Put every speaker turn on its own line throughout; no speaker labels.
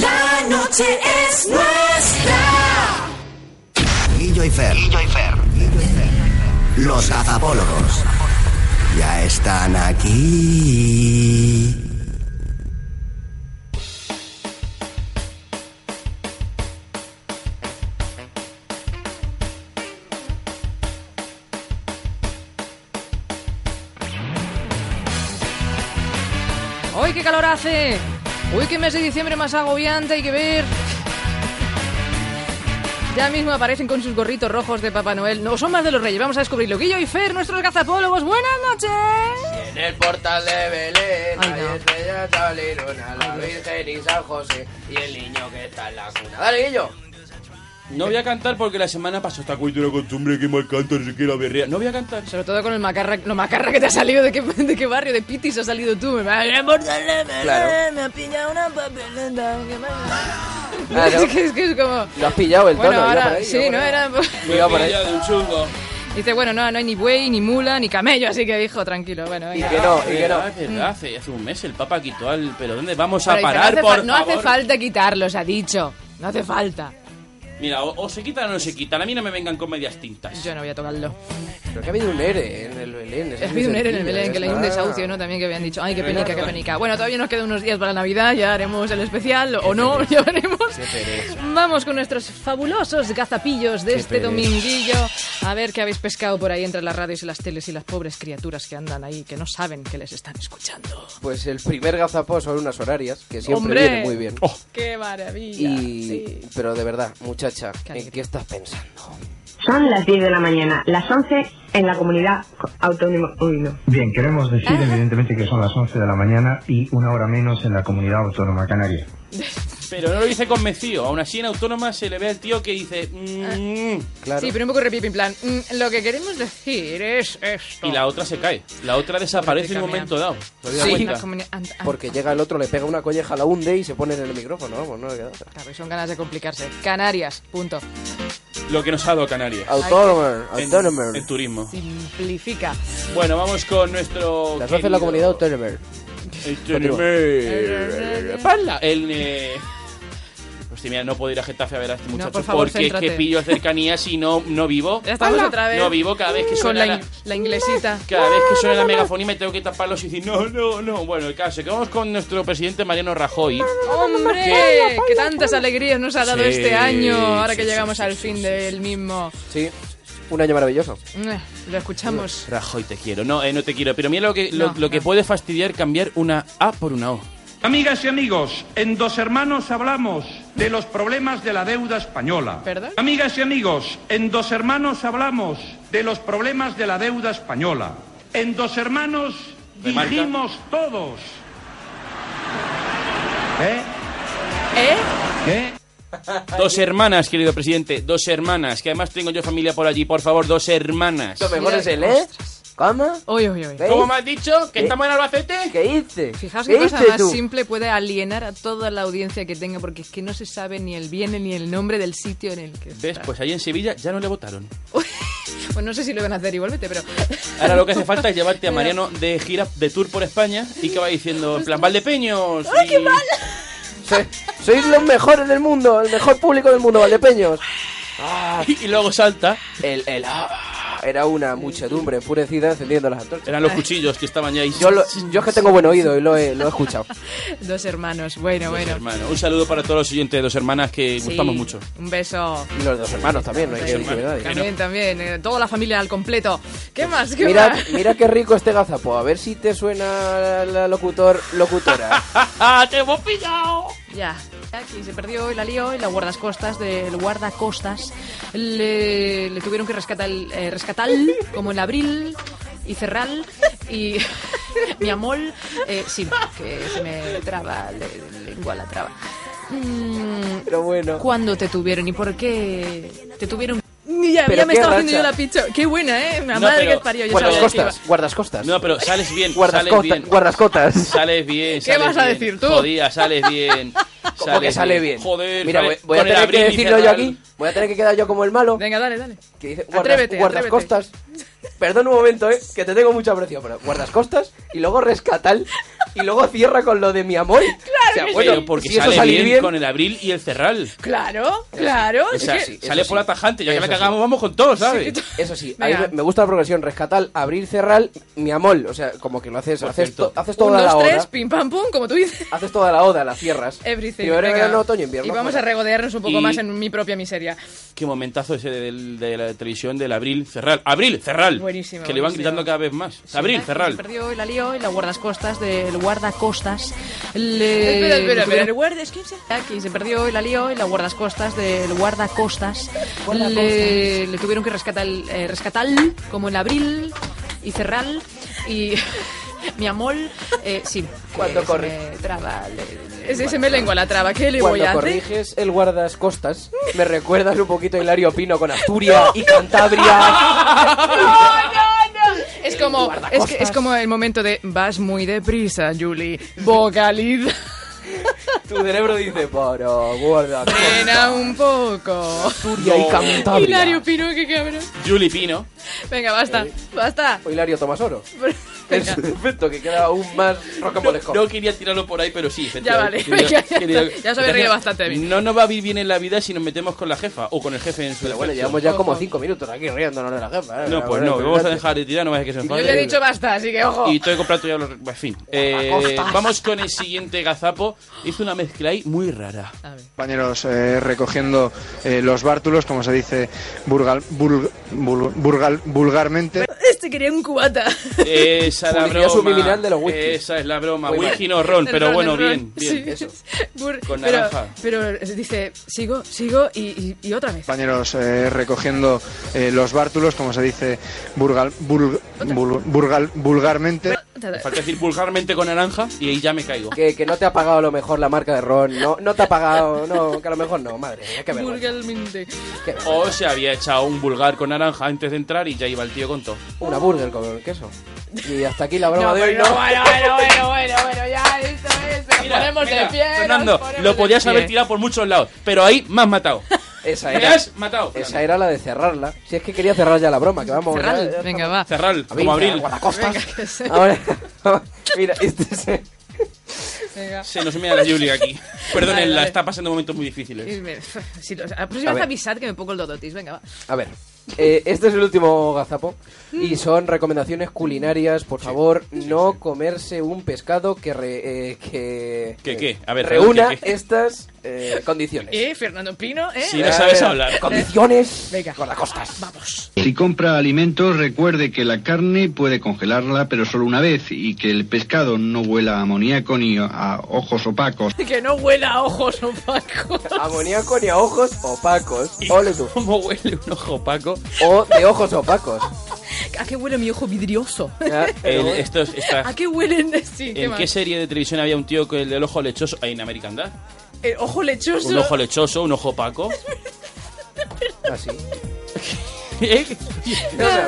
La noche es nuestra.
Guillo y Fer. Los gazapólogos. Ya están aquí.
¡Uy, qué calor hace! ¡Uy, qué mes de diciembre más agobiante hay que ver! Ya mismo aparecen con sus gorritos rojos de Papá Noel. No, son más de los reyes. Vamos a descubrirlo. Guillo y Fer, nuestros gazapólogos. ¡Buenas noches!
En el portal de Belén
Ay,
hay
no.
estrellas salieron a la Virgen y San José y el niño que está en la cuna. Dale, Guillo.
No voy a cantar porque la semana pasó esta cultura costumbre que mal canta, ni siquiera berrea. No voy a cantar.
Sobre todo con el macarra, lo macarra que te ha salido. ¿De qué, de qué barrio de Pitis has salido tú? Me va a
Claro.
Me ha pillado una papeleta. qué mal.
Claro.
Es, que, es que es como...
Lo has pillado el tono. ¿eh?
Bueno,
iba
ahora...
por ahí,
sí,
iba por
no
ahí.
era... pues,
Me
Iba por ahí.
pilla de un chungo.
Dice, bueno, no, no hay ni buey, ni mula, ni camello. Así que dijo, tranquilo, bueno,
Y
venga.
que no, y que no.
Es verdad, hace, hace un mes el Papa quitó al... ¿Pero dónde vamos a
Pero dice,
parar,
no hace
por
fa- No
favor?
hace falta quitarlos, ha dicho. No hace falta.
Mira, o, o se quitan o no se quitan. A mí no me vengan con medias tintas.
Yo no voy a tocarlo.
Pero que ha habido un ERE en el Belén.
Ha habido un ERE en el Belén,
¿eh?
que le
Ah.
dio un desahucio, ¿no? También que habían dicho, ay, qué penica, qué penica. Bueno, todavía nos quedan unos días para la Navidad, ya haremos el especial, o no, ya veremos.
pereza.
Vamos con nuestros fabulosos gazapillos de
Qué
este
pereza.
dominguillo. A ver qué habéis pescado por ahí entre las radios y las teles y las pobres criaturas que andan ahí, que no saben que les están escuchando.
Pues el primer gazapó son unas horarias, que siempre
¡Hombre!
viene muy bien.
Oh.
¡Qué maravilla!
Y...
sí.
Pero de verdad, muchacha, ¿en
alegría.
qué estás pensando?
Son las 10 de la mañana, las 11 en la comunidad autónoma. Uy, no.
Bien, queremos decir evidentemente que son las 11 de la mañana y una hora menos en la comunidad autónoma canaria.
Pero no lo dice convencido. Aún así en Autónoma se le ve al tío que dice... "Mm".
Claro.
Sí, pero un poco repipi, en plan, "Mm, lo que queremos decir es esto.
Y la otra se cae. La otra desaparece en un momento dado. ¿Te has dado
Sí.
Una
cuenta?
comuni- ant- ant-
Porque llega el otro, le pega una colleja a la hunde y se pone en el micrófono. Vamos, no le queda otra.
Claro, Son ganas de complicarse. Canarias, punto.
Lo que nos ha dado Canarias.
Autónoma,
En-
autónoma.
En, turismo.
Simplifica.
Bueno, vamos con nuestro...
Las 11 en la
querido-
comunidad autónoma.
El Jeremy. ¡Pala! El. Eh... Hostia, mira, no puedo ir a Getafe a ver a este muchacho
por favor,
porque es
céntrate.
que pillo cercanías y no, no vivo.
Ya estamos
¡Hala!
otra vez.
No vivo cada vez que
Con
suena
la,
la,
in- la inglesita.
cada vez que suena la megafonía me tengo que tapar los y decir no, no, no. Bueno, el caso es que vamos con nuestro presidente Mariano Rajoy.
¡Hombre! ¡Que tantas alegrías nos ha dado
Sí,
este año! Ahora
sí,
que
sí,
llegamos
sí,
al
sí,
fin
sí,
del mismo.
Sí, un año maravilloso.
Mm, Lo escuchamos.
Rajoy te quiero. No, eh, no te quiero. Pero mira lo que lo,
No,
lo que
no.
puede fastidiar cambiar una A por una O.
Amigas y amigos, en Dos Hermanos hablamos de los problemas de la deuda española.
¿Perdón?
Amigas y amigos, en Dos Hermanos hablamos de los problemas de la deuda española. En Dos Hermanos
Remarca.
dijimos todos. ¿Eh?
¿Eh?
¿Qué?
Dos hermanas, querido presidente. Dos hermanas. Que además tengo yo familia por allí. Por favor, dos hermanas.
Lo mejor es el, ¿eh? ¿Cama?
Oye, oye, oye.
¿Veis?
¿Cómo me has dicho? ¿Que
¿Eh?
estamos en Albacete?
¿Qué hice?
Fijaos
¿Qué
qué cosa
hice
más
tú?
simple puede alienar a toda la audiencia que tenga, porque es que no se sabe ni el bien ni el nombre del sitio en el que
¿Ves?
está.
Pues ahí en Sevilla ya no le votaron.
Pues no sé si lo van a hacer igualmente, pero...
Ahora lo que hace falta es llevarte a Mariano de gira, de tour por España y que va diciendo, en plan, Valdepeños. ¡Ay, qué mal!
Sois, sois los mejores del mundo, el mejor público del mundo, Valdepeños.
Y luego salta.
El, el ah, era una muchedumbre enfurecida encendiendo las antorchas.
Eran los cuchillos que estaban ya ahí.
Yo, lo- yo es que tengo buen oído y lo he, lo he escuchado.
Dos hermanos, bueno,
Dos
bueno.
hermanos. Un saludo para todos los siguientes dos hermanas que
Sí,
gustamos mucho.
Un beso.
Y los dos hermanos también, no hay que
Sí,
decir
hermano.
nadie.
También, también. eh, toda la familia al completo.
Pues
¿Qué más? ¿Qué
Mira,
más?
mira qué rico este gazapo, a ver si te suena la locutor, locutora.
¡Ah, te hemos pillado!
Ya. Aquí se perdió y la lío y la guardacostas del guardacostas le, le tuvieron que rescatar, el- eh, rescatar como en abril y cerral y Mi amor, eh, sí, que se me traba, le- lengua la traba. Mm,
Pero bueno.
¿Cuándo te tuvieron y por qué te tuvieron? Ya,
Pero
ya me
qué
estaba haciendo yo
racha.
la picha. Qué buena, ¿eh? La
No,
madre
pero-
que os parió. Yo
Guardas
sabía que iba-
costas, guardas costas.
No, pero sales bien,
Guardas
sales
cota-
bien.
guardas cotas.
Sales bien, sales
vas a
bien.
decir tú?
Jodía, sales bien.
¿Cómo que sale bien?
Joder,
Mira,
sale-
voy, voy a
con el
tener que
abrir y
decirlo yo
cerrar.
aquí. Voy a tener que quedar yo como el malo.
Venga, dale, dale.
Que dice, guardas,
Atrévete,
guardas
atrévete.
costas. Perdón un momento, eh, que te tengo mucha aprecio, pero guardas costas y luego rescatal y luego cierra con lo de mi amor. o sea,
que
bueno,
Pero porque
si eso
sale
sale
bien,
bien,
con el abril y el cerral.
Claro, claro.
O
es
sea,
que-
sí,
sale
eso
por la
sí.
tajante, ya que
Eso
la
sí.
cagamos, vamos con todo, ¿sabes?
Eso sí, a mí
Venga.
me- me gusta la progresión, rescatal, abrir, cerrar, mi amor. O sea, como que lo haces,
Por
haces,
cierto.
to- haces
Un,
toda la
dos,
oda.
tres, pim, pam, pum, como tú dices.
Haces toda la oda, la cierras.
Everything.
Primavera,
venga.
verano, otoño, invierno.
Y vamos
fuera.
a regodearnos un poco
Y-
más en mi propia miseria.
Qué momentazo ese del- de, la televisión del abril, cerral. ¡Abril, cerral!
Buenísimo,
Que le van
buenísimo.
gritando cada vez más.
Sí,
¡Abril,
se
cerral!
perdió y la lío y la guardacostas del guardacostas. Le...
Espera, espera, espera.
El guarda, es que se... Aquí se perdió y la lío y la guardacostas del guardacostas.
Guardacostas.
Le... le tuvieron que rescatar, eh, rescatar como en abril y cerral y... Mi amor, eh, sí.
Cuando
que
corre.
Se me traba. le- le- se me lengua la traba. ¿Qué le voy
Cuando
a hacer?
corriges el guardas costas, me recuerdas un poquito a Hilario Pino con Asturias y Cantabria.
Es como, es, que- es como el momento de vas muy deprisa, Julie. Vocaliza.
tu cerebro dice, pero guarda
Frena un poco.
Asturias y Cantabria.
Hilario Pino, qué cabrón.
Juli Pino.
Venga, basta, basta.
O Hilario Tomasoro. Es
Venga,
perfecto, que queda aún más rocambolesco.
No quería tirarlo por ahí, pero sí, efectivamente.
vale, venga, ya está. Ya se había reído bastante de mí.
No nos va a vivir bien en la vida si nos metemos con la jefa o con el jefe en su
Pero bueno,
defecto.
llevamos ya como
Ojo.
5 minutos aquí riéndonos de la jefa. ¿eh?
No, pues no,
Bueno,
vamos a dejar de tirar, no vaya que se
Yo
enfade.
le he dicho basta, así que ojo.
Y tengo que comprar ya los... En fin. Eh, vamos con el siguiente gazapo. Hizo una mezcla ahí muy rara.
A ver.
compañeros eh, recogiendo eh, los bártulos, como se dice vulgar- vulg- vulg- vulgar- vulgarmente.
Este quería un cubata.
Esa es la
Publicidad
broma.
subliminal de los whiskies.
Esa es la broma.
Muy
Whisky no ron,
El
pero
ron,
bueno,
el ron.
bien, bien.
Sí. Bur-
Con
pero,
naranja.
pero dice, sigo, sigo y, y, y otra vez.
Compañeros eh, recogiendo eh, los bártulos, como se dice vulgar- vulg- vulg- vulgar- vulgarmente.
Me Falta decir vulgarmente con naranja y ahí ya me caigo.
Que, que no te ha pagado a lo mejor la marca de Ron. No, no te ha pagado, no, que a lo mejor no, madre. mía, Qué vergüenza.
Vulgarmente.
Qué vergüenza.
O se había echado un vulgar con naranja antes de entrar y ya iba el tío con todo.
Una burger con queso. Y hasta aquí la broma
No,
de hoy.
bueno,
No,
bueno, bueno, bueno, bueno, bueno, ya, esto es. Nos
Mira,
ponemos
mira,
de pie. nos
Fernando,
ponemos
lo
de
podías
pie.
haber tirado por muchos lados, pero ahí me has matado.
Esa
Me
era.
has matado.
Esa era la de cerrarla. Si es que quería cerrar ya la broma, que vamos.
Cerral,
ya- ya
venga, va.
Cerral, como abril.
Guardacostas.
Venga, que se-
Ahora, mira, este se-
venga.
Se nos mea la Julia aquí.
Vale,
Perdónenla,
vale.
está pasando momentos muy difíciles.
Irme. Si los, la
A
próxima vez
ver.
avisad que me pongo el dodotis, venga, va.
A ver, eh, este es el último gazapo
Mm.
y son recomendaciones culinarias. Por favor, no comerse un pescado que re- eh, que,
¿Que
eh,
qué? A ver, Raúl,
reúna
¿que qué?
estas eh, condiciones.
Eh, Fernando Pino, eh.
Si no sabes
Eh,
hablar.
Condiciones.
Venga.
Con las costas.
Vamos.
Si compra alimentos, recuerde que la carne puede congelarla, pero solo una vez, y que el pescado no huela a amoníaco ni a ojos opacos.
Que no huela a ojos opacos.
Amoníaco ni a ojos opacos.
¿Y
Ole tú.
¿Cómo huele un ojo opaco?
O de ojos opacos.
¿A qué huele mi ojo vidrioso?
Ya, pero
El-
bueno.
estos- estas-
¿A qué huelen? Sí, ¿qué
¿En
más?
qué serie de televisión había un tío con el del ojo lechoso? Ahí en American Dad.
El Eh, ojo lechoso.
Un ojo lechoso, un ojo opaco.
Así.
¿Eh?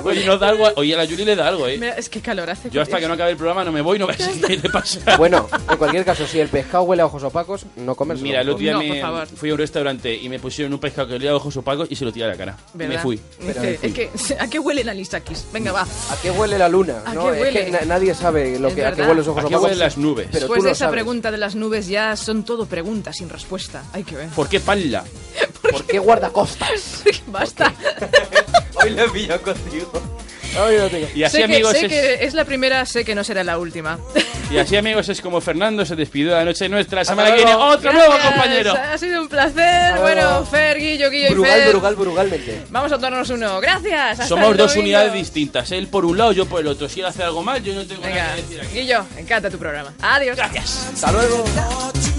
Oye, nos da algo a- Oye, a la Julie le da algo, ¿eh?
Mira, es que calor hace.
Yo hasta que no acabe el programa no me voy, no veas qué te pasa.
Bueno, en cualquier caso, si el pescado huele a ojos opacos, no comerse.
Mira, el otro día
No, por
me
favor.
fui a un restaurante y me pusieron un pescado que olía a ojos opacos y se lo tiré a la cara.
¿Verdad?
Me fui.
Dice, es que, ¿A qué huele la listakis? Venga, va.
¿A qué huele la luna?
¿A
no,
qué
es
huele?
que na- nadie sabe lo
Es
que, a qué
verdad.
huele los ojos
Aquí
opacos.
huelen las nubes.
Después
Pero tú
de
lo
Pues esa
sabes.
pregunta de las nubes ya son todo preguntas sin respuesta. Hay que ver.
¿Por qué palla?
¿Por qué guardacostas?
Basta.
Hoy la he pillado contigo. Hoy lo tengo.
Y
sé
así,
que,
amigos,
sé
es,
que es la primera, sé que no será la última.
y así, amigos, es como Fernando se despidió de la noche nuestra. La
Hasta
semana que viene,
luego.
otro nuevo
Gracias,
compañero.
Ha sido un placer.
luego.
Oh.
Bueno, Fer, Guillo, Guillo y
Brugal,
Fer.
brugal, brugalmente.
Vamos a tomarnos uno. Gracias. hasta
Somos
el
dos
domingo.
unidades distintas. Él por un lado, yo por el otro. Si él hace algo mal, yo no tengo nada
Venga,
que decir aquí.
Guillo, encanta tu programa. Adiós.
Gracias.
Hasta luego.
Lord, you